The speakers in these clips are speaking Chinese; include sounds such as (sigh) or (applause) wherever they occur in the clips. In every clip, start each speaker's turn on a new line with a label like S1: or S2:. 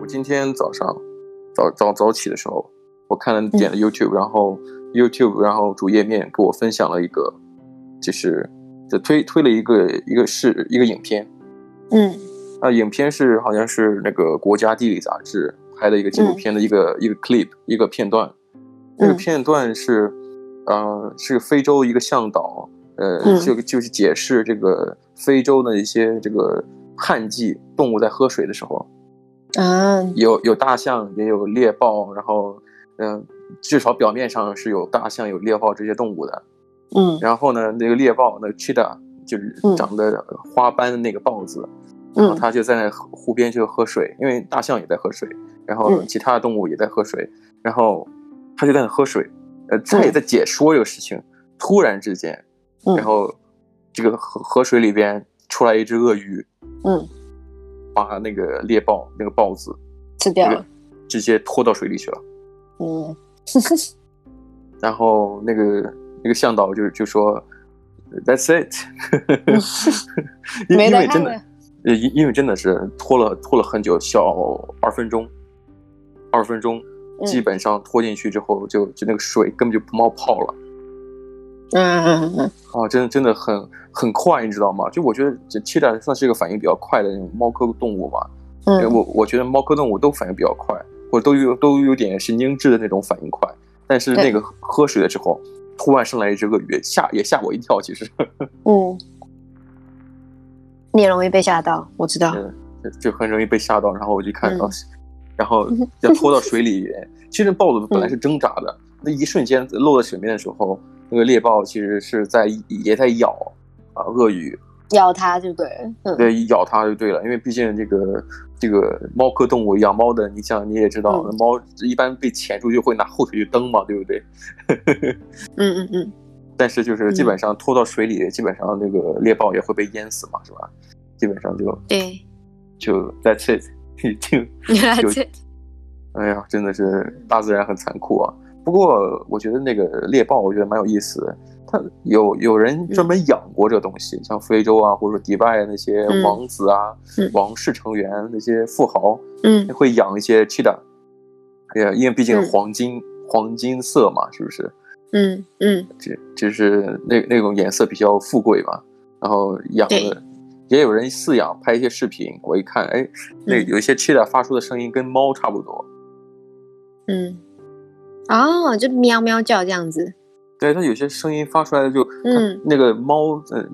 S1: 我今天早上早早早起的时候，我看了
S2: 嗯
S1: 点了 YouTube，、然后 YouTube，然后主页面给我分享了一个，就是就推推了一个一个是一个影片，
S2: 嗯
S1: 啊，影片是好像是那个国家地理杂志拍的一个纪录片的一个、一个 clip 一个片段，那个
S2: 嗯
S1: 片段是，呃，是非洲一个向导，呃，
S2: 嗯
S1: 就就是解释这个非洲的一些这个旱季动物在喝水的时候，
S2: 啊，
S1: 有有大象，也有猎豹，然后，嗯、至少表面上是有大象、有猎豹这些动物的。
S2: 嗯
S1: 然后呢，那个猎豹，那个 cheetah 就是
S2: 嗯
S1: 长得花斑的那个豹子，然后
S2: 嗯
S1: 它就在那湖湖边就喝水，因为大象也在喝水，然后
S2: 嗯
S1: 其他的动物也在喝水，然后它就在那喝水，呃，它也在解说这个事情。突然之间，
S2: 嗯
S1: 然后这个河河水里边出来一只鳄鱼，
S2: 嗯，
S1: 把那个猎豹那个豹子
S2: 吃掉了，
S1: 直接拖到水里去了。
S2: 嗯
S1: 然后那个那个向导就就说，That's it，因
S2: 没
S1: 因
S2: 得
S1: 为
S2: 看
S1: 真的
S2: 了，
S1: 呃因因为真的是拖了拖了很久，小二分钟，二分钟，
S2: 嗯
S1: 基本上拖进去之后就就那个水根本就不冒泡了。
S2: 嗯嗯嗯
S1: 啊，真的真的很很快，你知道吗？就我觉得这气蛋算是一个反应比较快的那种猫科动物嘛。因为
S2: 嗯
S1: 我我觉得猫科动物都反应比较快，或者都有都有点神经质的那种反应快。但是那
S2: 对
S1: 个喝水的时候，突然上来一只鳄鱼，吓也吓我一跳。其实
S2: 嗯，你也容易被吓到，我知道，
S1: 就很容易被吓到，然后我就看
S2: 嗯
S1: 到，然
S2: (laughs)
S1: 后要拖到水里。其实豹子本
S2: 嗯
S1: 来是挣扎的，那一瞬间露在水面的时候，那个猎豹其实是在也在咬啊鳄鱼，
S2: 咬它就对了，嗯
S1: 对，咬它就对了，因为毕竟这个这个猫科动物，养猫的，你想你也知道，
S2: 嗯
S1: 那猫一般被钳住就会拿后腿去蹬嘛，对不对？
S2: 嗯嗯嗯，
S1: 但是就是基
S2: 嗯
S1: 本上拖到水里，基本上那个猎豹也会被淹死嘛，是吧？基本上就
S2: 对，
S1: 就 that's it，已 (laughs) 经，
S2: 原来
S1: 有
S2: 这，
S1: 哎呀，真的是大自然很残酷啊。不过我觉得那个猎豹，我觉得蛮有意思的。它有有人专门养过这个东西，像非洲啊，或者说迪拜那些
S2: 嗯
S1: 王子啊、
S2: 嗯
S1: 王室成员那些富豪，
S2: 嗯
S1: 会养一些 cheetah，也因为毕竟
S2: 嗯
S1: 黄金、黄金色嘛，是不是？
S2: 嗯嗯
S1: 只只是那那种颜色比较富贵嘛，然后养
S2: 对
S1: 的也有人饲养，拍一些视频，我一看，哎，那
S2: 嗯
S1: 有一些 cheetah 发出的声音跟猫差不多，
S2: 嗯，哦，就喵喵叫这样子，
S1: 对，它有些声音发出来的就，
S2: 嗯
S1: 它那个猫，嗯，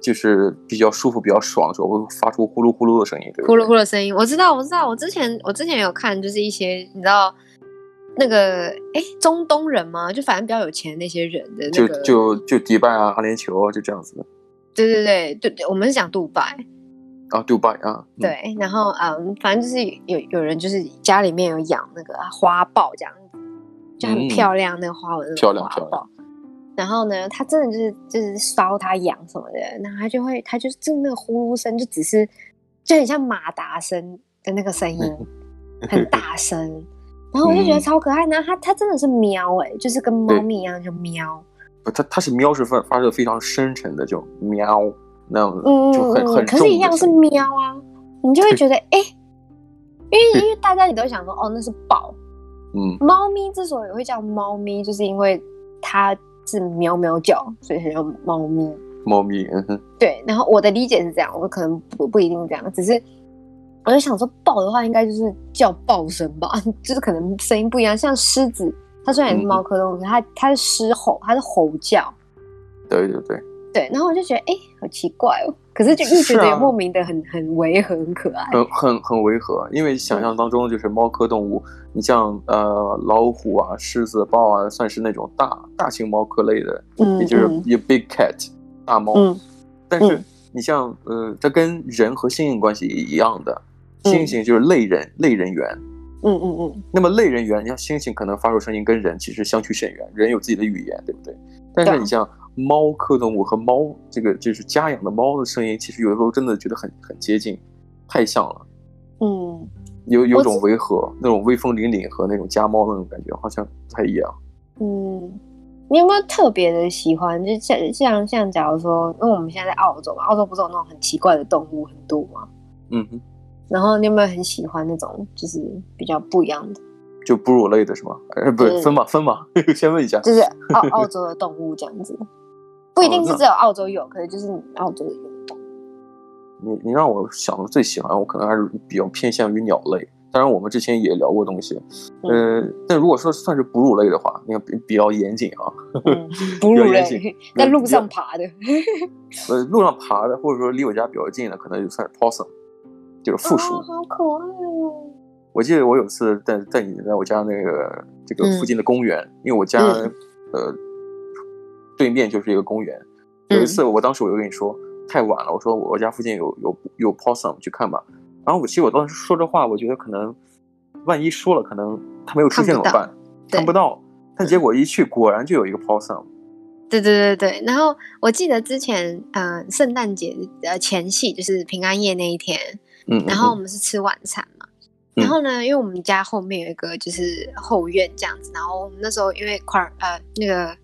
S1: 就是比较舒服、比较爽的时候，会发出呼噜呼噜的声音，对不
S2: 呼
S1: 对？
S2: 噜呼噜的声音，我知道，我知道，我之前我之前有看，就是一些你知道那个哎中东人吗？就反正比较有钱的那些人的那
S1: 就
S2: 个，
S1: 就就迪拜啊、阿联酋啊就这样子的
S2: 对对对对，对我们是讲杜拜，
S1: 啊，迪拜啊，嗯，
S2: 对，然后嗯，反正就是有有人就是家里面有养那个花豹这样子，就很
S1: 嗯
S2: 漂亮那个花纹、那
S1: 漂
S2: 个
S1: 亮
S2: 花
S1: 漂亮
S2: 豹。然后呢，它真的就是就是烧它养什么的，然后它就会它就是真的那个呼噜声，就只是就很像马达声的那个
S1: (laughs)
S2: 声音，很大声。然后我就觉得
S1: 嗯
S2: 超可爱，然后它它真的是喵哎、就是跟猫
S1: 对
S2: 咪一样就喵，
S1: 不它它是喵是发发出非常深沉的，就喵那样子，
S2: 嗯
S1: 就很
S2: 嗯
S1: 很
S2: 嗯，
S1: 重
S2: 可是
S1: 的
S2: 一样是
S1: 声音
S2: 喵啊，你就会觉得哎、因为因为大家也都想说哦那是豹，
S1: 嗯，
S2: 猫咪之所以会叫猫咪，就是因为它是喵喵叫，所以它叫猫咪。
S1: 猫咪，嗯哼。
S2: 对，然后我的理解是这样，我可能不不一定这样，只是我就想说豹的话，应该就是叫豹声吧， (laughs) 就是可能声音不一样。像狮子，它虽
S1: 嗯
S2: 然也是猫科动物，可是它它是狮吼，它是吼叫。
S1: 对对对，
S2: 对，然后我就觉得哎、好奇怪哦，可是就又觉
S1: 是
S2: 得
S1: 啊
S2: 也莫名的很很违和，很可爱。
S1: 很很很违和，因为想象当中就是猫科动物，你像呃老虎啊、狮子、豹啊，算是那种大大型猫科类的，
S2: 嗯
S1: 也就是
S2: 嗯
S1: 也 big cat 大猫。
S2: 嗯
S1: 但是
S2: 嗯
S1: 你像呃，它跟人和猩猩关系一样的，
S2: 嗯
S1: 猩猩就是类人类人猿。
S2: 嗯嗯嗯，
S1: 那么类人猿，你像猩猩可能发出声音跟人其实相去甚远，人有自己的语言，对不对？但
S2: 对
S1: 是
S2: 啊
S1: 你像猫科动物和猫这个就是家养的猫的声音，其实有的时候真的觉得很很接近，太像了。
S2: 嗯
S1: 有有
S2: 我
S1: 种
S2: 只
S1: 违和，那种威风凛凛和那种家猫那种感觉好像不太一样。
S2: 嗯，你有没有特别的喜欢？就像像像，假如说，因为我们现在在澳洲嘛，澳洲不是有那种很奇怪的动物很多吗？
S1: 嗯哼，
S2: 然后你有没有很喜欢那种就是比较不一样的？
S1: 就哺乳类的是吗？呃，不
S2: 对
S1: 是分嘛分嘛， (laughs) 先问一下。
S2: 就是澳澳洲的动物这样子，不一定是
S1: 那
S2: 只有澳洲有，可能就是你澳洲有的动物。
S1: 你你让我想的最喜欢，我可能还是比较偏向于鸟类。当然，我们之前也聊过东西，呃，但如果说算是哺乳类的话，你看比比较严谨啊。
S2: 嗯，哺乳
S1: 有原
S2: 类
S1: 型
S2: 在路上爬的，
S1: 呃，路上爬的，或者说离我家比较近的，可能就算是 possum，就是负鼠。
S2: 啊好可爱哦。
S1: 我记得我有次带带你来我家那个这个附近的公园，因为我家、
S2: 嗯
S1: 呃对面就是一个公园。
S2: 嗯
S1: 有一次，我当时我就跟你说太晚了，我说我家附近有有有 possum 去看吧。然后我其实我当时说这话，我觉得可能万一说了，可能它没有出现
S2: 看
S1: 怎么办？看
S2: 不到对
S1: 不到。但结果一去，果然就有一个 possum。
S2: 对对对对，然后我记得之前，呃，圣诞节呃前夕，就是平安夜那一天，
S1: 嗯，嗯
S2: 然后我
S1: 嗯
S2: 们是吃晚餐嘛，
S1: 嗯
S2: 然后呢，因为我们家后面有一个就是后院这样子，然后我们那时候因为快呃那个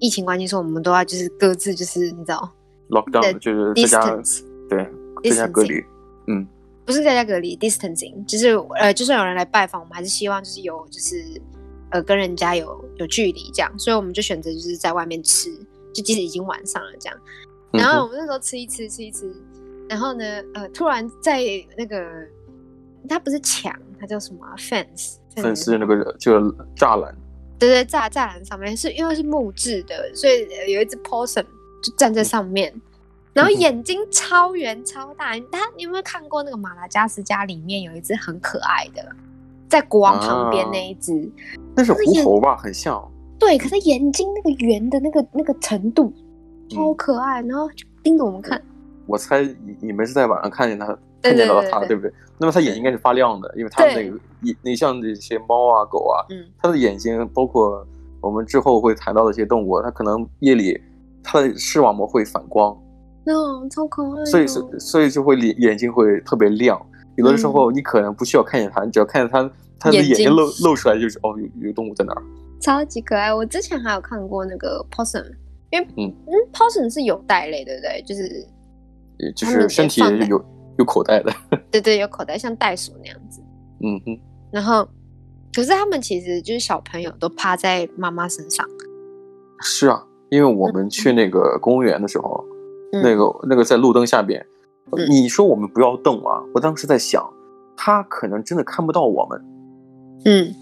S2: 疫情关系，说我们都要就是各自就是你知道
S1: lockdown
S2: 的
S1: 就是在家
S2: distance
S1: 对在家隔离。嗯
S2: 不是在家隔离 distancing，就是呃就算有人来拜访，我们还是希望就是有就是呃跟人家有有距离这样，所以我们就选择就是在外面吃，就即使已经晚上了这样。
S1: 嗯
S2: 然后
S1: 哼
S2: 我们那时候吃一吃吃一吃，然后呢，呃，突然在那个，它不是墙，它叫什么啊 fence，
S1: 粉丝那个就是栅栏，
S2: 对对，栅栅栏上面是因为是木质的，所以呃有一只 possum 就站在上面，然后
S1: 嗯哼
S2: 眼睛超圆超大。大家你有没有看过那个马达加斯加里面有一只很可爱的，在国王旁边那一只？
S1: 那是
S2: 那个
S1: 狐
S2: 眼
S1: 猴吧？很像。嗯
S2: 对，可是眼睛那个圆的那个那个程度超
S1: 嗯
S2: 可爱，然后就盯着我们看。
S1: 我猜你你们是在晚上看见它，看
S2: 对对
S1: 见到
S2: 对
S1: 它，
S2: 对
S1: 对不对？那么它眼睛应该是发亮的，因为它
S2: 对
S1: 那个你你像这些猫啊、狗啊，
S2: 嗯，
S1: 它的眼睛，包括我们之后会谈到的一些动物，它啊可能夜里它的视网膜会反光，
S2: 那超可爱的。哦
S1: 所以所以所以就会眼眼睛会特别亮。有的时候你可能不需要看见它，你只要看见它，它的
S2: 眼
S1: 嗯眼睛
S2: 睛
S1: 露露出来就是哦，有有动物在那儿。
S2: 超级可爱。我之前还有看过那个 possum，因为
S1: 嗯
S2: 嗯 possum 是有袋类，对不对？就是
S1: 也就
S2: 它
S1: 是
S2: 们
S1: 身体
S2: 也放在
S1: 有有口袋的，
S2: 对对，有口袋，像袋鼠那样子。
S1: 嗯哼，
S2: 然后，可是他们其实就是小朋友都趴在妈妈身上，
S1: 是啊，因为我们去那个公园的时候，
S2: 嗯
S1: 那个那个在路灯下边，呃
S2: 嗯
S1: 你说我们不要动啊，我当时在想，他可能真的看不到我们，
S2: 嗯，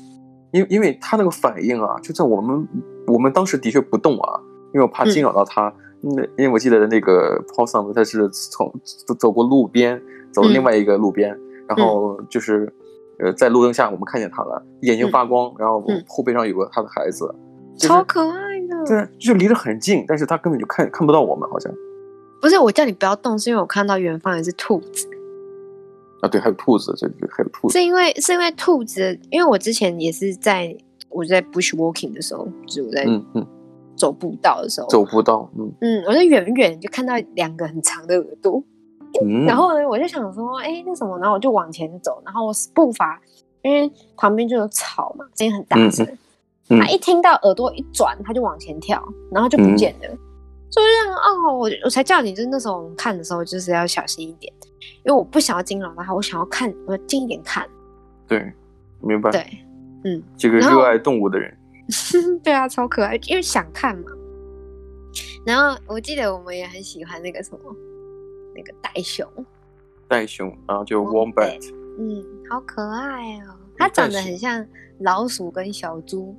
S1: 因因为他那个反应啊，就在我们我们当时的确不动啊，因为我
S2: 嗯
S1: 怕惊扰到他。那因为我记得那个 possum 它是从走走过路边，走到
S2: 嗯
S1: 另外一个路边，然后就是呃在路灯下我们看见它了，眼睛发光，然后
S2: 嗯
S1: 后背上有个它的孩子，就是
S2: 超可爱的。
S1: 对，就离得很近，但是它根本就看看不到我们好像
S2: 不是我叫你不要动，是因为我看到远方有一只兔子，
S1: 啊，对，还有兔子，这这还有兔子，
S2: 是因为是因为兔子，因为我之前也是在我在 bushwalking 的时候，就是我在
S1: 嗯嗯，
S2: 走步道的时候，
S1: 走不到，嗯
S2: 嗯，我就远远就看到两个很长的耳朵，
S1: 嗯，
S2: 然后呢，我就想说，哎，那什么，然后我就往前走，然后我步伐，因为旁边就有草嘛，声音很大
S1: 嗯
S2: 声，
S1: 嗯
S2: 他一听到耳朵一转，他就往前跳，然后就不见了。所以我就想，哦，我我才叫你，就是那时候我们看的时候，就是要小心一点，因为我不想要惊扰到他，我想要看，我要近一点看。
S1: 对，明白，
S2: 对，嗯，
S1: 这个
S2: 然后
S1: 热爱动物的人，
S2: 对 (laughs) 啊，超可爱，因为想看嘛。然后我记得我们也很喜欢那个什么，那个袋熊，
S1: 袋熊啊，就
S2: Wombat
S1: wombat，
S2: 嗯，好可爱哦，它长得很像老鼠跟小猪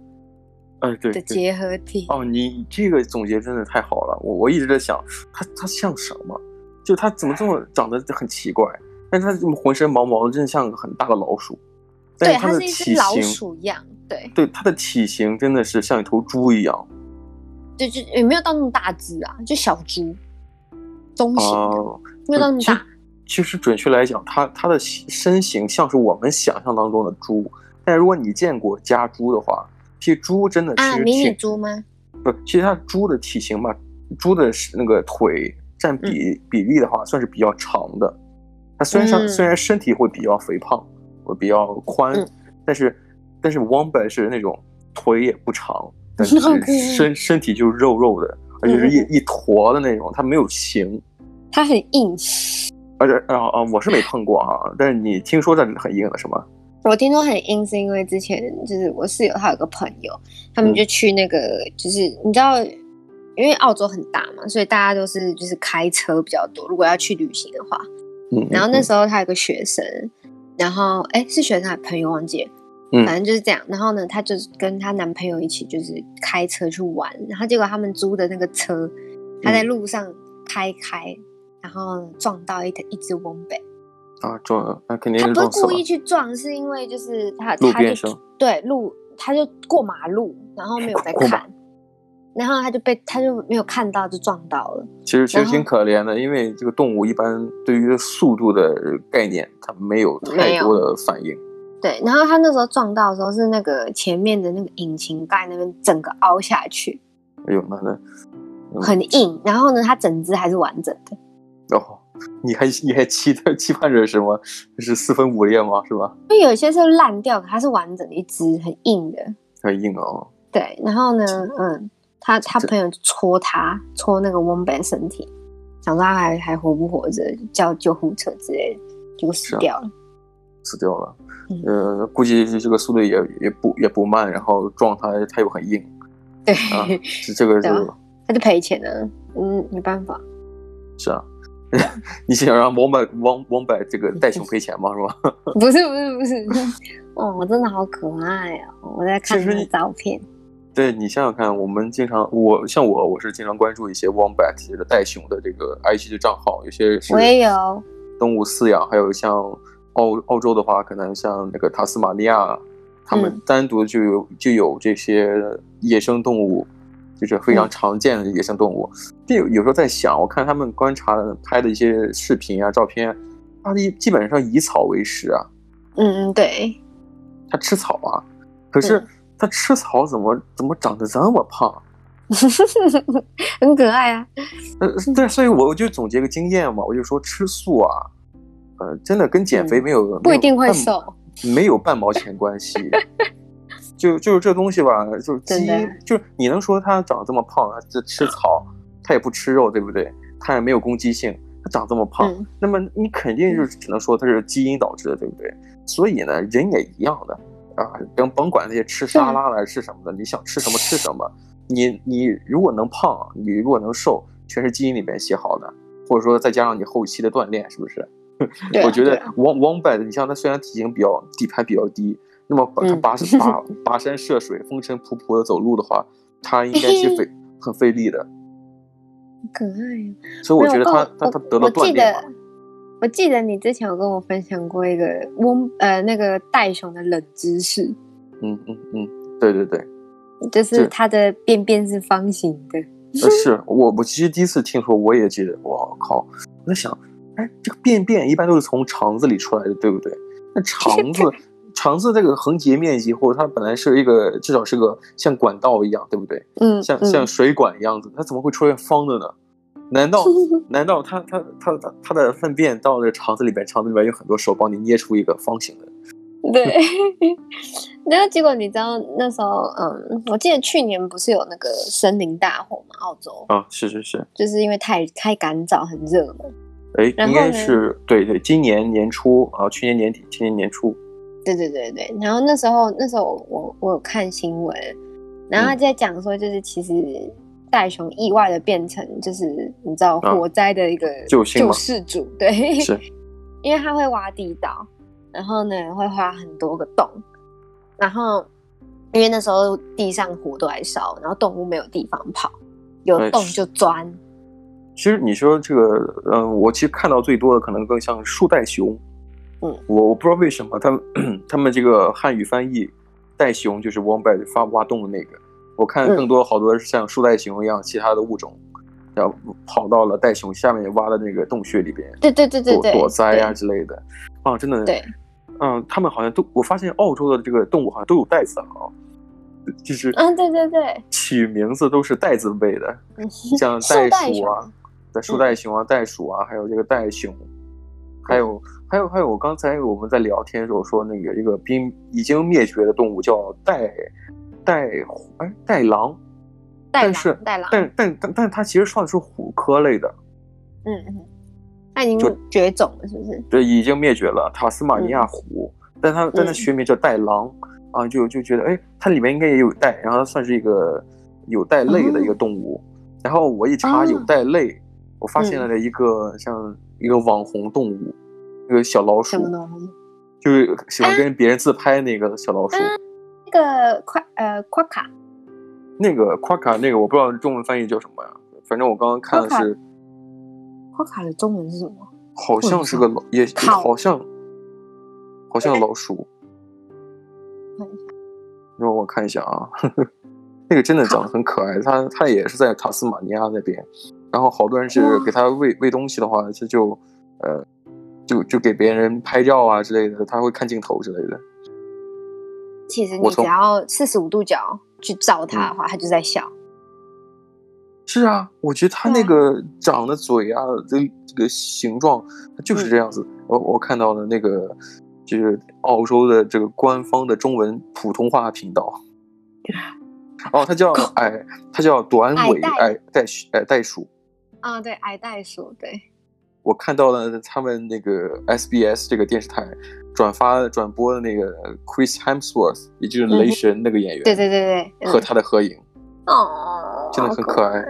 S1: 哎，对对。
S2: 的结合体。
S1: 哦，你这个总结真的太好了，我我一直在想，它它像什么？就它怎么这么长得很奇怪？但是它这么浑身毛毛的，真的像个很大的老鼠。但
S2: 对，
S1: 是它
S2: 它
S1: 的
S2: 是一只
S1: 体
S2: 老
S1: 型，
S2: 鼠样，对，
S1: 对它的体型真的是像一头猪一样
S2: 就就也没有到那么大只啊，就小猪，中
S1: 啊。
S2: 型的，
S1: 哦
S2: 没有到那么
S1: 其实
S2: 大。
S1: 其实准确来讲，它它的身形像是我们想象当中的猪，但如果你见过家猪的话，其实猪真的其
S2: 啊，
S1: 实
S2: 迷
S1: 挺、
S2: 你猪吗？
S1: 不，其实它猪的体型吧，猪的是那个腿
S2: 嗯
S1: 占比、比例的话，算是比较长的。它虽然上、
S2: 嗯
S1: 虽然身体会比较肥胖，会比较宽，
S2: 嗯
S1: 但是但是 wombat 是那种腿也不长，但
S2: (laughs)
S1: 是
S2: OK 嗯
S1: 身身体就是肉肉的，而且是一一坨的那种，它没有形。
S2: 它很硬，
S1: 而且啊啊，我是没碰过啊，但是你听说这很硬了是吗？
S2: 我听说很硬是因为之前就是我室友他有个朋友，他
S1: 嗯
S2: 们就去那个、就是你知道，因为澳洲很大嘛，所以大家都是就是开车比较多。如果要去旅行的话，
S1: 嗯，
S2: 然后那
S1: 嗯
S2: 时候他有个学生，然后哎是学生还是朋友忘记了，
S1: 嗯
S2: 反正就是这样。然后呢，她就是跟她男朋友一起就是开车去玩，然后结果他们租的那个车，她
S1: 嗯
S2: 在路上开开，然后撞到一一只翁北。
S1: 啊撞，那肯定
S2: 他
S1: 是
S2: 不是
S1: 撞死
S2: 故
S1: 了
S2: 意。去撞，是因为就是他
S1: 路
S2: 他
S1: 边
S2: 就
S1: 生
S2: 对路，他就过马路，然后没有在
S1: 过马
S2: 看，然后他就被他就没有看到就撞到了。
S1: 其实其实
S2: 然后
S1: 挺可怜的，因为这个动物一般对于速度的概念，它没有
S2: 没
S1: 太
S2: 有
S1: 多的反应。
S2: 对，然后他那时候撞到的时候是那个前面的那个引擎盖那边整个凹下去，
S1: 哎呦，那那嗯
S2: 很硬。然后呢，他整只还是完整的。
S1: 哦，你还你还期待期盼着什么？是四分五裂吗？是吧？
S2: 因为有些是烂掉，它是完整的一只，很硬的。
S1: 很硬哦。
S2: 对，然后呢，嗯，他他
S1: 这
S2: 朋友就戳他，戳那个翁本身体，想说他还还活不活着，叫救护车之类的，结果
S1: 是
S2: 死
S1: 啊
S2: 掉了。
S1: 死掉了，
S2: 嗯
S1: 呃，估计这个速度也也不也不慢，然后撞它，它又很硬
S2: 对，
S1: 啊，这这
S2: (laughs)
S1: 个就
S2: 对啊他就赔钱了，嗯，没办法。
S1: 是啊， (laughs) 你想让王柏王王柏这个带穷赔钱吗？是吧？ (laughs)
S2: 不是不是不是， (laughs) 哦，真的好可爱哦！我在看
S1: 其
S2: 他
S1: 实
S2: 的照片，
S1: 对你想想看，我们经常我像我我是经常关注一些 wombat 这个带熊的这个 IG 的账号，有些是
S2: 我也有，
S1: 动物饲养，还有像澳澳洲的话，可能像那个塔斯马尼亚，他们
S2: 嗯
S1: 单独就有、就有这些野生动物，就是非
S2: 嗯
S1: 常常见的野生动物。这、有有时候在想，我看他们观察拍的一些视频啊、照片，它基基本上以草为食啊，
S2: 嗯嗯，对，
S1: 它吃草啊，可是
S2: 嗯
S1: 它吃草怎么怎么长得这么胖？
S2: (laughs) 很可爱啊。
S1: 呃，对，所以我就总结个经验嘛，我就说吃素啊，呃，真的跟减肥
S2: 嗯
S1: 没有、没有
S2: 不一定会
S1: 半
S2: 瘦，
S1: 没有半毛钱关
S2: (laughs)
S1: 系。就就是这东西吧，就是基
S2: 真的
S1: 因，就是你能说它长这么胖，它这吃草，它也不吃肉，对不对？它也没有攻击性，它长这么胖，
S2: 嗯
S1: 那么你肯定就是只能说它是基因导致的，对不对？所以呢，人也一样的啊，甭甭管那些吃沙拉来吃什么的，你想吃什么吃什么。你你如果能胖，你如果能瘦，全是基因里面写好的，或者说再加上你后期的锻炼，是不是？
S2: 对啊
S1: 我觉
S2: 对
S1: 得
S2: 啊
S1: 汪汪 o 你像它虽然体型比较底盘比较低，那么它
S2: 嗯 (laughs)
S1: 跋山跋跋山涉水、风尘仆仆的走路的话，它应该
S2: (laughs)
S1: 是费很费力的。
S2: 很可爱啊。
S1: 所以我
S2: 没
S1: 觉
S2: 有
S1: 得
S2: 跟
S1: 它
S2: 我
S1: 它
S2: 我
S1: 它得到
S2: 我
S1: 锻
S2: 记
S1: 炼
S2: 得
S1: 嘛，
S2: 我记得你之前有跟我分享过一个翁呃那个袋熊的冷知识，
S1: 嗯嗯嗯，对对对，
S2: 就是
S1: 是
S2: 它的便便是方形的。
S1: 呃是我我其实第一次听说，我也记得，我靠，我在想，哎，这个便便一般都是从肠子里出来的，对不对？那肠子肠子这个横截面积，或者它本来是一个至少是个像管道一样，对不对？
S2: 嗯，
S1: 像
S2: 嗯 (laughs)
S1: 像水管一样子，它怎么会出现方的呢？难道难道它它它它它的粪便到了肠子里边，肠子里边有很多手帮你捏出一个方形的？
S2: 对。 (laughs) 然后结果你知道那时候，嗯，我记得去年不是有那个森林大火嘛，澳洲
S1: 啊，是是是，
S2: 就是因为太太干燥很热嘛，
S1: 哎，
S2: 然
S1: 应
S2: 后
S1: 该
S2: 呢
S1: 是对对，今年年初啊，去年年底，今年年初，
S2: 对对对对，然后那时候那时候我我有看新闻，然后他
S1: 嗯
S2: 就在讲说，就是其实袋熊意外的变成就是你知道
S1: 啊
S2: 火灾的一个
S1: 救星吗
S2: 世主，对，
S1: 是
S2: (laughs) 因为它会挖地道，然后呢会挖很多个洞，然后因为那时候地上火都还烧，然后动物没有地方跑，有
S1: 哎
S2: 洞
S1: 是
S2: 就钻，
S1: 其实你说这个，嗯、我其实看到最多的可能更像树袋熊。
S2: 嗯，
S1: 我我不知道为什么他们 (clears throat) 他们这个汉语翻译“袋熊”就是 wombat 发挖洞的那个。我看
S2: 嗯
S1: 更多好多是像树袋熊一样，其他的物种，然后跑到了袋熊下面挖的那个洞穴里边
S2: 对对对对
S1: 躲
S2: 对，
S1: 躲灾啊之类的。啊，真的。
S2: 对，
S1: 嗯，他们好像都，我发现澳洲的这个动物好像都有袋子啊，就是
S2: 对，嗯对对对，
S1: 取名字都是袋字辈的。
S2: 嗯
S1: 像
S2: 树
S1: 袋
S2: 袋
S1: 鼠啊
S2: 熊，
S1: 对，
S2: 嗯
S1: 树袋熊啊，袋鼠啊，还有这个袋熊，还有还有还有，我刚才我们在聊天的时候说那个一个濒已经灭绝的动物叫袋袋虎哎袋狼，
S2: 袋
S1: 但是
S2: 狼袋狼，
S1: 但但但但它其实算是虎科类的，
S2: 嗯嗯。它已
S1: 就
S2: 经绝种了，是不是？
S1: 对，已经灭绝了塔斯马尼亚虎，但它但它
S2: 嗯
S1: 学名叫带狼、啊，就就觉得哎，它里面应该也有带，然后它算是一个有带类的一个
S2: 啊
S1: 动物。然后我一查
S2: 哦
S1: 有带类，我发
S2: 嗯
S1: 现了一个、像一个网红动物，一个小老鼠
S2: 什，么东西？
S1: 就是喜欢跟别人自拍那个小老鼠。
S2: 嗯那个夸呃夸卡
S1: 那个夸卡那个我不知道中文翻译叫什么呀，反正我刚刚看的是
S2: 夸卡的中文是什么？
S1: 好像是个老也也
S2: 烤
S1: 好像好像老鼠
S2: 哎看一。
S1: 让我看一下啊， (laughs) 那个真的长得很可爱，它它也是在塔斯马尼亚那边，然后好多人是
S2: 哇
S1: 给它喂喂东西的话，它就呃就就给别人拍照啊之类的，它会看镜头之类的。
S2: 其实
S1: 我
S2: 你只
S1: 从
S2: 要四十五度角去照它的话，它就在笑。
S1: 是啊，我觉得它那个长的嘴啊，这这个形状它就是这样子。我我看到了那个就是澳洲的这个官方的中文普通话频道，哦，它叫矮，它叫短尾
S2: 矮
S1: 矮袋鼠矮袋鼠。
S2: 啊，对，矮袋鼠，对，
S1: 我看到了他们那个 SBS 这个电视台转发转播的那个 Chris Hemsworth，也就是雷神那个演员，
S2: 对对对对，
S1: 和
S2: 嗯
S1: 他的合影，
S2: 哦，
S1: 真的很可爱。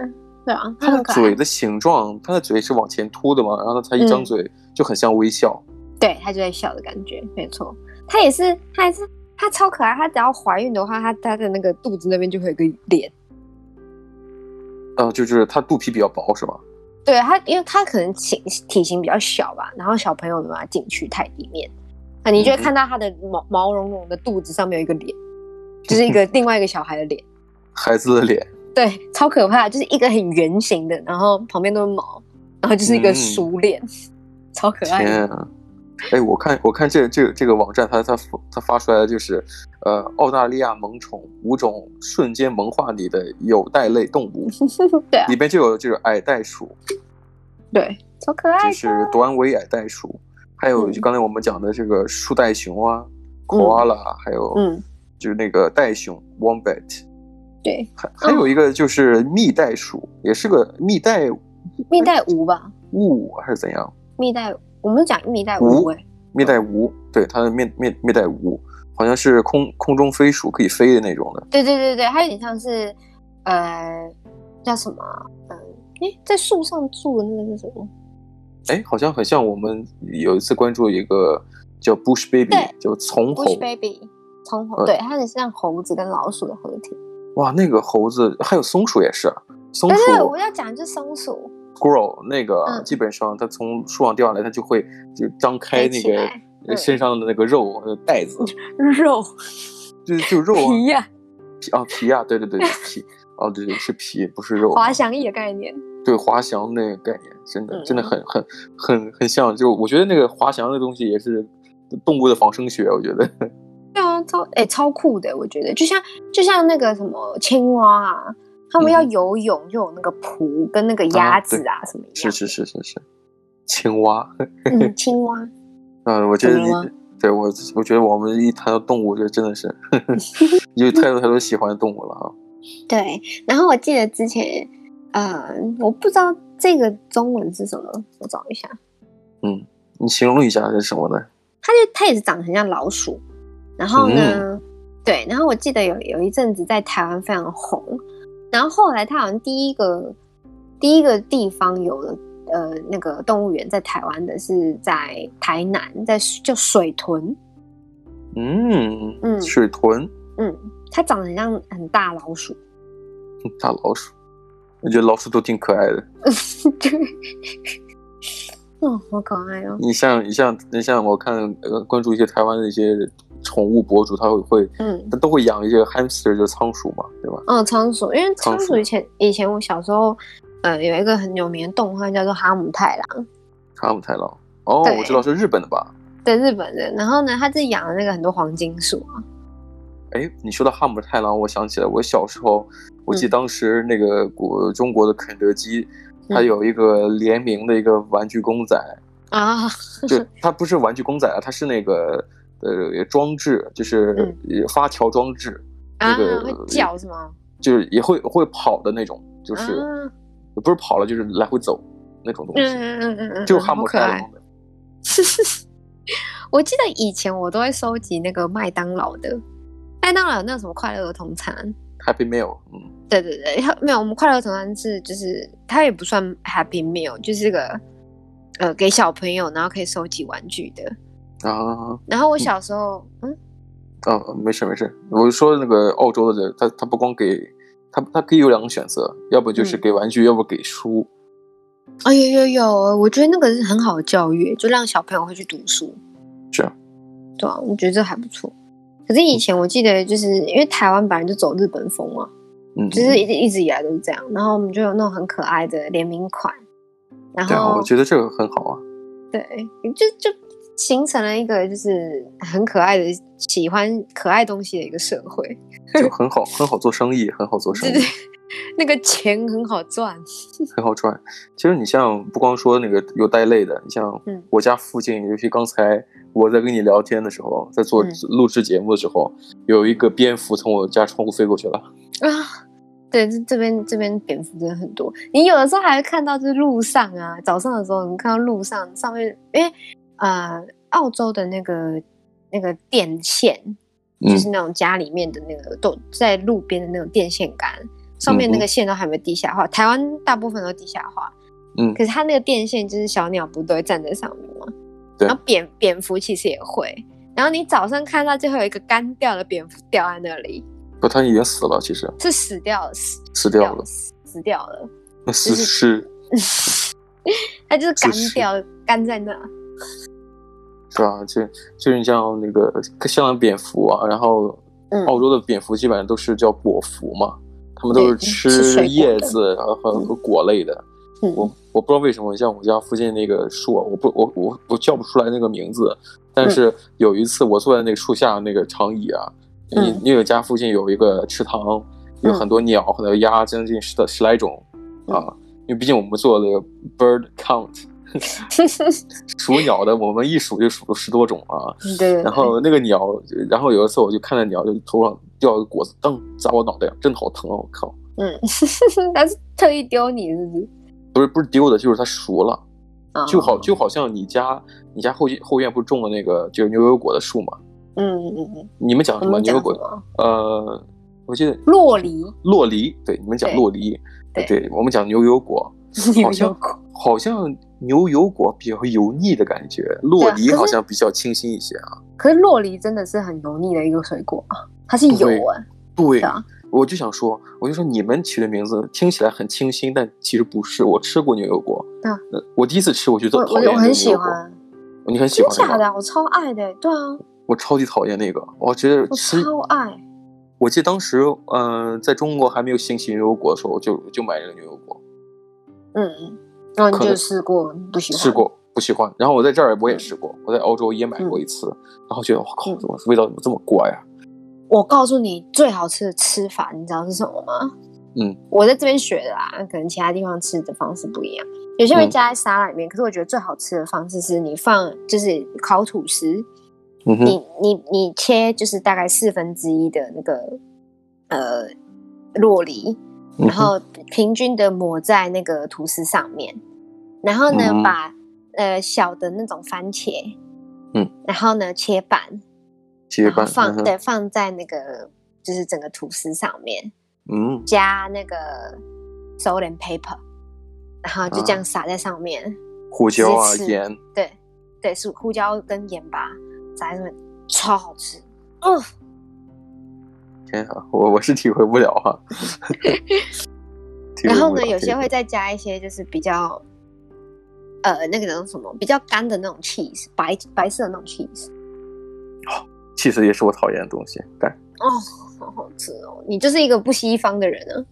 S2: 对啊，
S1: 它
S2: 它很
S1: 的
S2: 可爱，
S1: 嘴的形状，它的嘴是往前凸的嘛，然后它一张
S2: 嗯
S1: 嘴就很像微笑。
S2: 对，它就在笑的感觉，没错。它也是，它也是，它超可爱。它只要怀孕的话，它它的那个肚子那边就会有一个脸。
S1: 呃，就是它肚皮比较薄，是吧？
S2: 对它，因为它可能体体型比较小吧，然后小朋友没办法进去太里面，啊，你就会
S1: 嗯
S2: 看到它的毛毛茸茸的肚子上面有一个脸，就是一
S1: (laughs)
S2: 个另外一个小孩的脸。
S1: 孩子的脸，
S2: 对，超可怕，就是一个很圆形的，然后旁边都是毛，然后就是一个
S1: 嗯
S2: 熟脸，超可爱的。
S1: 天啊！哎，我看我看这这这个网站，它它它发出来的就是，呃，澳大利亚萌宠五种瞬间萌化你的有袋类动物，
S2: (laughs) 对啊
S1: 里，边就有这个矮袋鼠，
S2: 对，超可爱
S1: 就
S2: 的。
S1: 是短尾矮袋鼠，还有
S2: 哎嗯
S1: 就刚才我们讲的这个树袋熊啊、koala，还有
S2: 嗯，
S1: 就是那个袋熊 wombat，
S2: 对，
S1: 还还
S2: 嗯
S1: 有一个就是蜜袋鼠，也是个蜜袋
S2: 蜜袋鼯吧，
S1: 鼯还是怎样？
S2: 蜜袋，我们讲蜜袋
S1: 鼯
S2: 鼯哎，
S1: 蜜袋鼯，对，它的蜜蜜蜜袋鼯好像是空空中飞鼠，可以飞的那种的。
S2: 对对对对，它有点像是，呃，叫什么啊？嗯、诶，在树上住的那个是什么？
S1: 哎，好像很像我们有一次关注一个叫 Bush Baby，
S2: 对
S1: 叫丛猴
S2: Bush Baby，从猴，
S1: 呃
S2: 对，它很像猴子跟老鼠的合体。
S1: 哇，那个猴子还有松鼠也是，啊松
S2: 对
S1: 鼠
S2: 对，我要讲的就是松鼠，
S1: squirrel 那个
S2: 嗯
S1: 基本上它从树上掉下来，它就会就张开
S2: 飞
S1: 那
S2: 起
S1: 个
S2: 来 (laughs)
S1: 呃
S2: 嗯
S1: 身上的那个肉呃带
S2: (laughs)
S1: 子，
S2: 肉
S1: 啊就就肉啊
S2: 皮呀、
S1: 皮啊皮啊，对对
S2: (laughs)
S1: 对皮。哦，对对，是皮，不是肉。
S2: 滑翔翼的概念。
S1: 对滑翔那个概念，真的
S2: 嗯
S1: 真的很很很很像，就我觉得那个滑翔的东西也是动物的仿生学，我觉得
S2: 对啊，超哎、超酷的，我觉得就像就像那个什么青蛙啊，他们要
S1: 嗯
S2: 游泳就有那个蹼跟那个
S1: 啊
S2: 鸭
S1: 对
S2: 子啊什么一
S1: 是
S2: 样，
S1: 是是是是，青蛙，(laughs)
S2: 嗯，青蛙，
S1: 嗯，我觉得
S2: 怎么
S1: 你
S2: 了吗
S1: 对我我觉得我们一谈到动物，就真的
S2: (laughs)
S1: 是有太多太多喜欢的动物了啊，
S2: 对。然后我记得之前，呃，我不知道这个中文是什么，我找一下，
S1: 你形容一下是什么呢？
S2: 它就它也是长得很像老鼠，然后呢，对，然后我记得有有一阵子在台湾非常红，然后后来它好像第一个第一个地方有了呃那个动物园在台湾的是在台南，在叫水豚，
S1: 嗯，
S2: 嗯
S1: 水豚，
S2: 嗯，它长得很像很大老鼠， (laughs)
S1: 大老鼠，我觉得老鼠都挺可爱的。
S2: 对，哦，好可爱哦，
S1: 你像你像你像我看呃关注一些台湾的一些宠物博主，他会会
S2: 嗯。
S1: 他都会养一些 hamster，就是仓鼠嘛，对吧？
S2: 嗯，仓鼠，因为仓
S1: 仓
S2: 鼠
S1: 鼠
S2: 以前以前我小时候，呃，有一个很有名的动画叫做《哈姆太郎》，
S1: 哈姆太郎。哦，
S2: 对
S1: 我知道是日本的吧？
S2: 对日本人，然后呢，他自己养了那个很多黄金鼠啊，
S1: 哎，你说到哈姆太郎，我想起来我小时候，我记得
S2: 嗯
S1: 当时那个国中国的肯德基，它
S2: 嗯
S1: 有一个联名的一个玩具公仔，
S2: 啊，
S1: 就它不是玩具公仔啊，它是那个呃装置，就是
S2: 嗯
S1: 发条装置，那个
S2: 啊会叫是吗？
S1: 就是也会会跑的那种，就是
S2: 啊
S1: 不是跑了，就是来回走那种东西，
S2: 嗯嗯嗯嗯，
S1: 就
S2: 好
S1: 汉堡
S2: 可
S1: 开
S2: 爱 (laughs)
S1: 笼。的。
S2: 我记得以前我都会收集那个麦当劳的，麦当劳有那个什么快乐儿童餐，
S1: Happy Meal，嗯，
S2: 对对对，它没有，我们快乐儿童餐是就是它也不算 Happy Meal，就是个呃给小朋友，然后可以收集玩具的。
S1: 啊，
S2: 然后我小时候，嗯，
S1: 哦，没事没事，我是说那个澳洲的人，他他不光给他他可以有两个选择，要不就是
S2: 嗯
S1: 给玩具，要不给书。
S2: 哎有有有，我觉得那个是很好的教育，就让小朋友会去读书。
S1: 是啊，
S2: 对啊，我觉得这还不错。可是以前我记得，就是因为台湾本来就走日本风嘛，
S1: 嗯，
S2: 就是一直一直以来都是这样。然后我们就有那种很可爱的联名款，然
S1: 对啊，
S2: 后
S1: 我觉得这个很好
S2: (laughs)
S1: 啊。
S2: 对，就就形成了一个就是很可爱的喜欢可爱东西的一个社会，
S1: 就很好，很好做生意，很好做生
S2: 就
S1: 意，
S2: 是那个钱很好赚。
S1: 很好赚。其实你像不光说那个有带类的，你像
S2: 嗯
S1: 我家附近，尤其刚才我在跟你聊天的时候，在做
S2: 嗯
S1: 录制节目的时候，有一个蝙蝠从我家窗户飞过去了。
S2: 啊，对，这这边这边蝙蝠真的很多。你有的时候还会看到，就是路上啊，早上的时候你看到路上上面，因为呃，澳洲的那个那个电线，
S1: 嗯
S2: 就是那种家里面的那个都在路边的那种电线杆，上面那
S1: 嗯
S2: 个线都还没地下化。台湾大部分都地下化，
S1: 嗯
S2: 可是它那个电线就是小鸟不都会站在上面吗？
S1: 对
S2: 然后蝙蝙蝠其实也会。然后你早上看到就会有一个干掉的蝙蝠掉在那里，
S1: 不，它已经死了，其实
S2: 是死掉了，死
S1: 死掉了，
S2: 死死掉了，
S1: 那死
S2: 就是
S1: 尸
S2: 它就是干
S1: 是是
S2: 掉，干在那。
S1: 是吧？就就是你像那个像蝙蝠啊，然后
S2: 嗯
S1: 澳洲的蝙蝠基本上都是叫果蝠嘛，它们都是
S2: 对吃水
S1: 吃
S2: 果
S1: 叶
S2: 的
S1: 子啊和和果类的。
S2: 嗯
S1: 我我不知道为什么，像我家附近那个树啊，我不我我我叫不出来那个名字，但是有一次我坐在那个树下那个长椅啊，
S2: 嗯
S1: 你那个家附近有一个池塘，有
S2: 嗯
S1: 很多鸟，很多鸭，将近十的十来种
S2: 嗯
S1: 啊，因为毕竟我们做了 bird count 数鸟的，我们一数就数了十多种啊。
S2: 对对对，
S1: 然后那个鸟，然后有一次我就看着鸟就头上掉个果子，噔砸我脑袋，真的好疼啊！我靠，
S2: 嗯，它是特意丢你是不是？
S1: 不是不是丢的，就是它熟了。
S2: 啊
S1: 就好就好像你家你家后后院不是种了那个就是牛油果的树嘛？
S2: 嗯嗯嗯，
S1: 你们讲
S2: 我
S1: 什么
S2: 们
S1: 牛
S2: 讲
S1: 油果？
S2: 什么？
S1: 呃，我记得
S2: 洛梨，
S1: 洛梨，对，你们讲
S2: 对
S1: 洛梨，呃
S2: 对
S1: 我们讲牛油果，好像
S2: 果。
S1: 好像牛油果比较油腻的感觉，洛
S2: 啊可
S1: 梨
S2: 是
S1: 好像比较清新一些啊。
S2: 可是洛梨真的是很油腻的一个水果啊，它是油啊，
S1: 对
S2: 对，啊，
S1: 我就想说，我就说你们起的名字听起来很清新，但其实不是。我吃过牛油果，
S2: 啊
S1: 呃我第一次吃我就
S2: 我
S1: 讨
S2: 我
S1: 厌那
S2: 我
S1: 个
S2: 很喜
S1: 牛油果，
S2: 欢，
S1: 你很喜
S2: 真
S1: 欢那
S2: 假
S1: 个
S2: 的啊，我超爱的，对啊，
S1: 我超级讨厌那个，我觉得
S2: 我
S1: 吃
S2: 超爱。
S1: 我记得当时，嗯、在中国还没有兴起牛油果的时候，我就就买了个牛油果，
S2: 嗯嗯，然后你
S1: 可
S2: 就
S1: 能
S2: 试过不喜欢？
S1: 试过不喜欢。然后我在这儿我也试过，我在欧洲也买过一次，然后觉得我靠，
S2: 嗯
S1: 怎么味道怎么这么怪啊？
S2: 我告诉你最好吃的吃法，你知道是什么吗？
S1: 嗯，
S2: 我在这边学的啦，可能其他地方吃的方式不一样。有些会
S1: 嗯
S2: 加在沙拉里面，可是我觉得最好吃的方式是你放就是烤吐司，
S1: 嗯哼，
S2: 你你你切就是大概四分之一的那个呃洛梨，
S1: 嗯
S2: 然
S1: 哼
S2: 后平均的抹在那个吐司上面，然后呢、
S1: 嗯
S2: 把呃小的那种番茄，
S1: 嗯，
S2: 然后呢切半，
S1: 结
S2: 然后
S1: 伴，
S2: 放、
S1: 嗯哼
S2: 对放在那个就是整个吐司上面，
S1: 嗯，
S2: 加那个 salt and pepper，然后就这
S1: 啊
S2: 样撒在上面，
S1: 胡椒啊，
S2: 直吃
S1: 盐，
S2: 对对，是胡椒跟盐巴撒在上面，超好吃。哦，
S1: 天啊，我我是体会不了哈、
S2: (laughs)
S1: 体会
S2: 然后
S1: 不
S2: 呢，
S1: 了
S2: 有
S1: 这
S2: 些
S1: 个
S2: 会再加一些就是比较，呃，那个叫什么，比较干的那种 cheese，白白色的那种 cheese，
S1: 其实也是我讨厌的东西，但
S2: 哦，好好吃哦。你就是一个不西方的人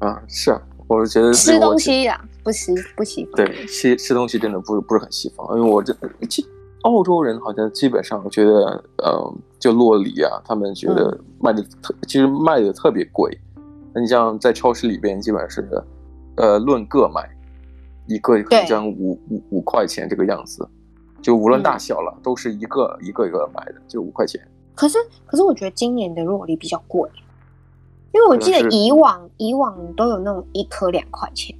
S2: 啊，
S1: 啊是啊，我觉得
S2: 吃
S1: 我
S2: 东
S1: 觉
S2: 西呀、不西不西方。
S1: 对，吃吃东西真的不是不是很西方，因为我这其澳洲人好像基本上我觉得，呃，就洛梨啊，他们觉得卖的特，其实卖的特别贵。那你像在超市里边，基本上是，呃，论个买，一个可
S2: 对
S1: 能将五五五块钱这个样子，就无论
S2: 嗯
S1: 大小了，都是一个一个一个买的，就五块钱。
S2: 可是可是我觉得今年的洛梨比较贵，因为我记得
S1: 可能是
S2: 以往以往都有那种一颗两块钱，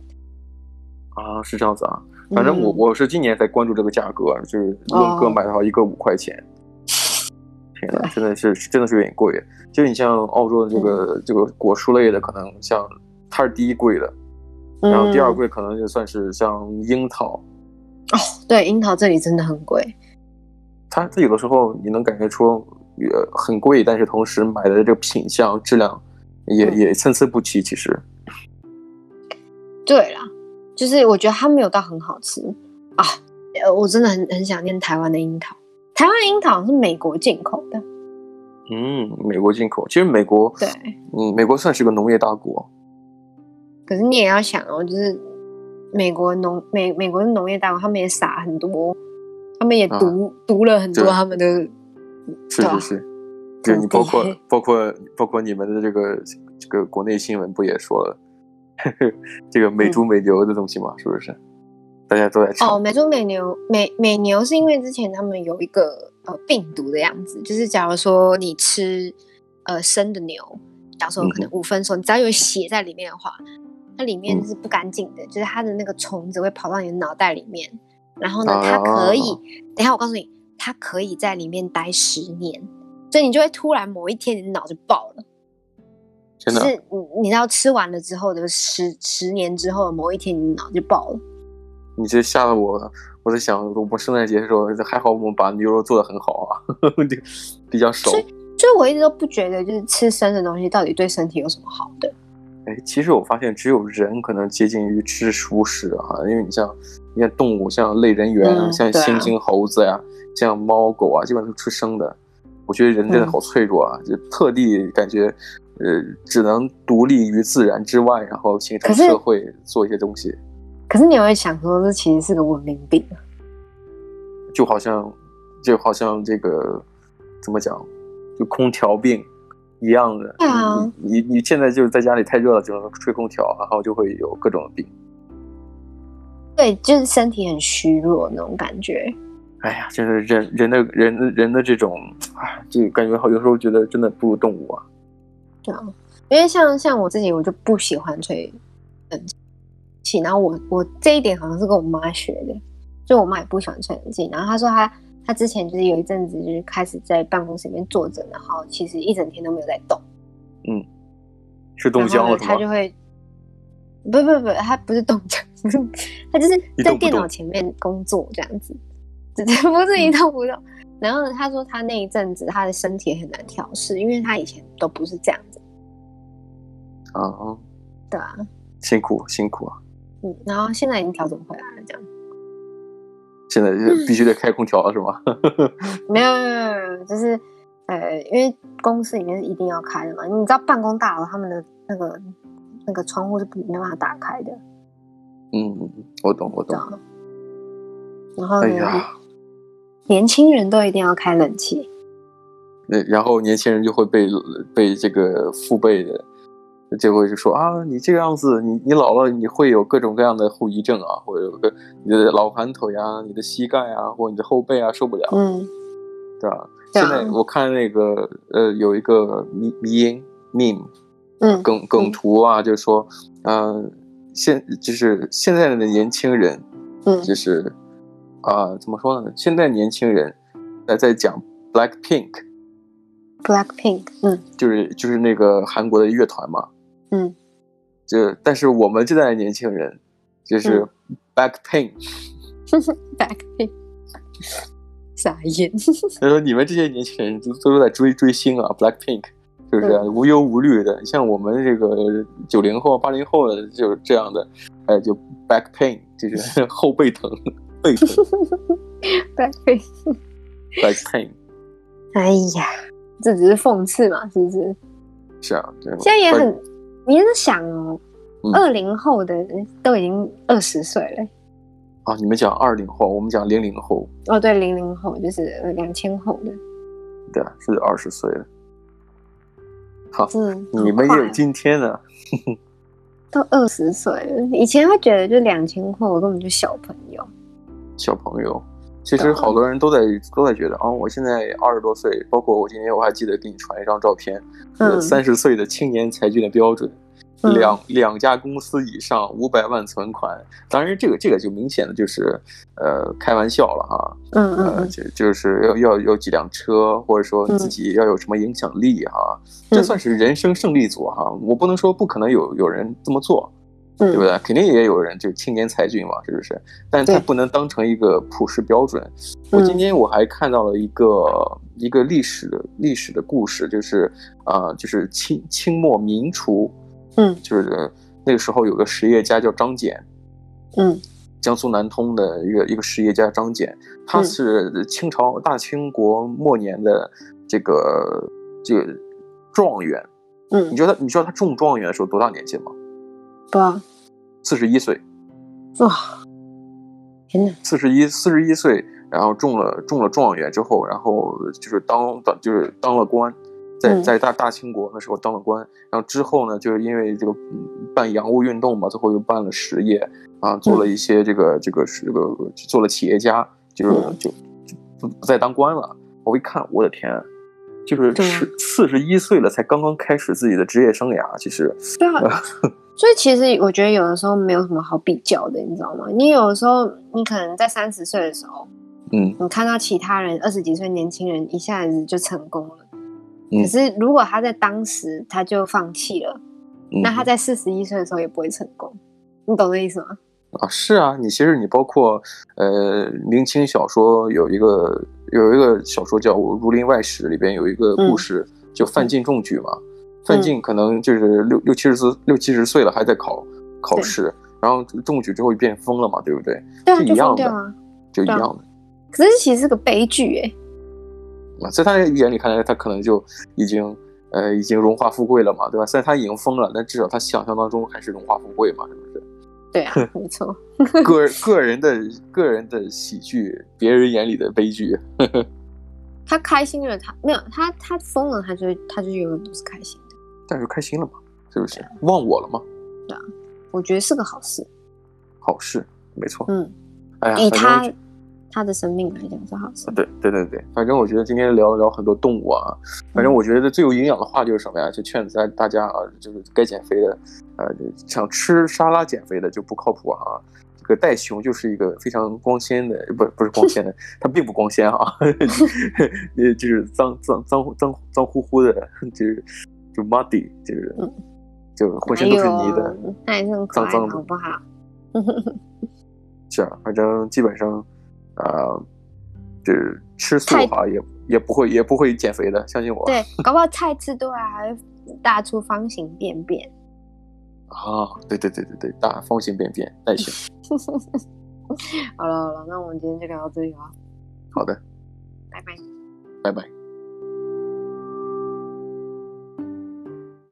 S1: 啊，是这样子啊。反正我、
S2: 嗯
S1: 我是今年才关注这个价格，啊就是论个
S2: 哦
S1: 买的话，一个五块钱。天呐，真的是真的是有点贵。啊就是你像澳洲的这个、
S2: 嗯
S1: 这个果蔬类的，可能像它是第一贵的，
S2: 嗯
S1: 然后第二贵可能就算是像樱桃，
S2: 嗯对樱桃这里真的很贵，
S1: 它它有的时候你能感觉出呃很贵，但是同时买的这个品相质量也、
S2: 嗯
S1: 也参差不齐。其实，
S2: 对啦，就是我觉得它没有到很好吃啊，呃，我真的很很想念台湾的樱桃，台湾的樱桃是美国进口的，
S1: 嗯，美国进口，其实美国
S2: 对，
S1: 嗯，美国算是个农业大国，
S2: 可是你也要想哦，就是美国农美美国的农业大国，他们也撒很多，他们也
S1: 啊
S2: 毒、毒了很多
S1: 对
S2: 他们的
S1: 是
S2: 对啊
S1: 是是。就你包括
S2: 土地
S1: 包括包括你们的这个这个国内新闻不也说了， (laughs) 这个美猪美牛的东西嘛，是不是？大家都在吃，
S2: 嗯哦，美猪美牛美美牛是因为之前他们有一个呃病毒的样子，就是假如说你吃呃生的牛，假如说
S1: 嗯
S2: 可能五分熟，你只要有血在里面的话，它里面
S1: 嗯
S2: 是不干净的，就是它的那个虫子会跑到你的脑袋里面，然后呢
S1: 啊，
S2: 它可以，等一下我告诉你，它可以在里面待十年，所以你就会突然某一天你的脑就爆了。
S1: 真
S2: 就
S1: 的哦
S2: 是你你知道吃完了之后的十十年之后的某一天，你的脑就爆了。
S1: 你这吓得我，我在想，我们圣诞节的时候还好，我们把牛肉做的很好啊， (laughs) 就比较熟。
S2: 所以我一直都不觉得，就是吃生的东西到底对身体有什么好的。
S1: 哎，其实我发现只有人可能接近于吃熟食啊，因为你像你看动物，像类人猿啊，
S2: 嗯
S1: 像
S2: 对啊
S1: 猩猩、猴子呀、像猫狗啊，基本上都吃生的。我觉得人真的
S2: 嗯
S1: 好脆弱啊，就特地感觉，呃，只能独立于自然之外，然后形成
S2: 可是
S1: 社会做一些东西，
S2: 可是你会想说，这其实是个文明病。
S1: 就好像就好像这个怎么讲，就空调病一样的。
S2: 对啊
S1: 你你你现在就是在家里太热了，只能吹空调，然后就会有各种病。
S2: 对，就是身体很虚弱那种感觉。
S1: 哎呀，就是人人的人的人的这种，哎，就感觉好，有时候觉得真的不如动物啊。
S2: 对啊，因为像像我自己，我就不喜欢吹冷气，然后我我这一点好像是跟我妈学的，就我妈也不喜欢吹冷气，然后她说她她之前就是有一阵子就是开始在办公室里面坐着，然后其实一整天都没有在动，
S1: 吃冻
S2: 然
S1: 僵
S2: 后
S1: 了
S2: 呢
S1: 是啊
S2: 她
S1: 吗？
S2: 就会。不不不，她不是动僵，不是，她就是
S1: 一
S2: 在
S1: 动不
S2: 电脑
S1: 动
S2: 前面工作这样子， (laughs) 只是不是一动不动。然后呢，她说她那一阵子她的身体也很难调试，因为她以前都不是这样子
S1: 啊，
S2: 的、啊。
S1: 辛苦辛苦啊！
S2: 嗯，然后现在已经调整回来了，这样
S1: 现在
S2: 嗯
S1: 就必须得开空调了是吗？ (laughs)
S2: 没有没有没有没有，就是呃，因为公司里面是一定要开的嘛，你知道办公大楼他们的那个那个窗户是不没办法打开的，
S1: 嗯，我懂我
S2: 知
S1: 懂
S2: 道。吗？然后
S1: 哎
S2: 呢，
S1: 呀，
S2: 年轻人都一定要开冷气，
S1: 那然后年轻人就会被被这个父辈的就会就说啊，你这个样子，你你老了你会有各种各样的后遗症啊，或者有个你的老寒腿啊、你的膝盖啊，或者你的后背啊受不了。
S2: 嗯，
S1: 对吧？现
S2: 对啊
S1: 在我看那个呃，有一个迷迷音 meme，
S2: 嗯
S1: 梗梗图啊，就说，呃，现就是现在的年轻人，
S2: 嗯
S1: 就是啊、怎么说呢？现在年轻人在在讲 Black Pink，
S2: ，Black Pink，嗯
S1: 就是就是那个韩国的乐团嘛，
S2: 嗯，
S1: 就但是我们这代的年轻人就是
S2: 嗯
S1: Black Pink，
S2: ，Black Pink，傻 (laughs) 眼，
S1: 他说你们这些年轻人都都是在追追星啊，Black Pink，是不是、
S2: 嗯
S1: 无忧无虑的？像我们这个九零后、八零后的就是这样的，呃，就 back pain，就是 (laughs) 后背疼、背疼
S2: Black Pink，
S1: back pain，
S2: 哎呀，这只是讽刺嘛，是不是？
S1: 是啊，对
S2: 现在也
S1: 但
S2: 很，你是想哦
S1: 嗯，
S2: 二零后的人都已经二十岁了。
S1: 啊，你们讲二零后，我们讲零零后，
S2: 哦，对，零零后就是两千后的，
S1: 对啊，是二十岁了，
S2: 嗯，
S1: 你们也有今天呢、
S2: 都二十岁了。以前会觉得就两千后根本就小朋友，
S1: 小朋友。其
S2: 对
S1: 实
S2: 啊
S1: 好多人都在都在觉得啊，我现在二十多岁，包括我今天我还记得给你传一张照片，
S2: 嗯，
S1: 三十岁的青年才俊的标准，
S2: 嗯
S1: 两两家公司以上五百万存款，当然这个这个就明显的就是呃开玩笑了哈，
S2: 嗯嗯
S1: 呃
S2: 嗯，
S1: 就就是要要有几辆车，或者说
S2: 嗯
S1: 自己要有什么影响力哈，这
S2: 嗯
S1: 算是人生胜利组哈，我不能说不可能有有人这么做，
S2: 嗯
S1: 呃对不对？肯定也有人就青年才俊嘛，是不是？但他
S2: 对
S1: 不能当成一个普世标准。
S2: 嗯
S1: 我今天我还看到了一个一个历史的历史的故事，就是啊、呃就是清清末民初，
S2: 嗯
S1: 就是那个时候有个实业家叫张謇，
S2: 嗯
S1: 江苏南通的一个一个实业家张謇，他
S2: 嗯
S1: 是清朝大清国末年的这个这个状元。你
S2: 嗯，
S1: 觉得你知道他中状元的时候多大年纪吗？
S2: 不啊，
S1: 四十一岁。
S2: 哇，天哪，
S1: 四十一四十一岁，然后中了中了状元之后，然后就是当当就是当了官，在
S2: 嗯
S1: 在大大清国那时候当了官，然后之后呢，就是因为这个嗯办洋务运动嘛，最后又办了实业啊，做了
S2: 嗯
S1: 一些这个这个这个做了企业家，就是
S2: 嗯
S1: 就就不不再当官了。我一看，我的天，就是
S2: 对啊
S1: 是四十一岁了，才刚刚开始自己的职业生涯，其实
S2: 对啊，所以其实我觉得有的时候没有什么好比较的，你知道吗？你有的时候你可能在三十岁的时候，
S1: 嗯
S2: 你看到其他人二十几岁年轻人一下子就成功了，
S1: 嗯
S2: 可是如果他在当时他就放弃了，
S1: 嗯，
S2: 那他在四十一岁的时候也不会成功，你懂这意思吗？
S1: 啊，是啊，你其实你包括呃，明清小说有一个有一个小说叫《儒林外史》，里边有一个
S2: 嗯
S1: 故事，就范进中举嘛。范进可能就是六六七十岁六七十岁了，还在考考
S2: 对
S1: 试，然后中举之后就变疯了嘛，对不对？
S2: 对啊，
S1: 是一
S2: 就
S1: 样
S2: 疯
S1: 的
S2: 掉啊。
S1: 就一
S2: 对啊
S1: 样的。
S2: 可是其实是个悲剧哎、
S1: 啊，在他眼里看来，他可能就已经呃已经荣华富贵了嘛，对吧？虽然他已经疯了，但至少他想象当中还是荣华富贵嘛，是不
S2: (laughs)
S1: 是？
S2: 对
S1: (laughs)
S2: 啊，没错，
S1: 个个人的个人的喜剧，别人眼里的悲剧。
S2: 他开心了，他没有他他疯了，他就他就永远都是开心的，
S1: 但是开心了嘛，是不是？忘我了嘛，
S2: 我觉得是个好事。
S1: 好事，没错。
S2: 嗯，
S1: 哎呀，
S2: 以
S1: 反
S2: 他
S1: 正
S2: 他的生命来讲是好事
S1: 我。对对对对，反正我觉得今天聊了聊很多动物啊，反
S2: 嗯
S1: 正我觉得最有营养的话就是什么呀？就劝大大家啊，就是该减肥的，呃，想吃沙拉减肥的就不靠谱啊。这个袋熊就是一个非常光鲜的，不不是光鲜的，它并不光鲜啊， (laughs) 呃，就是脏脏脏脏脏乎乎的，就是就 muddy，就是
S2: 嗯
S1: 就浑身都是泥的。
S2: 哎呦，那也是很可爱
S1: 脏脏
S2: 的
S1: 的
S2: 好不好？
S1: (laughs) 是啊，反正基本上，呃，就是吃素
S2: 太
S1: 哈，也也不会也不会减肥的，相信我。
S2: 对，搞不好菜吃多了还会大出方形便便。
S1: 啊，对对对对对，大方形便便，耐
S2: (laughs)
S1: 心。
S2: 好了好了，那我们今天就聊到这里了，哦
S1: 好的，
S2: 拜拜。
S1: 拜拜。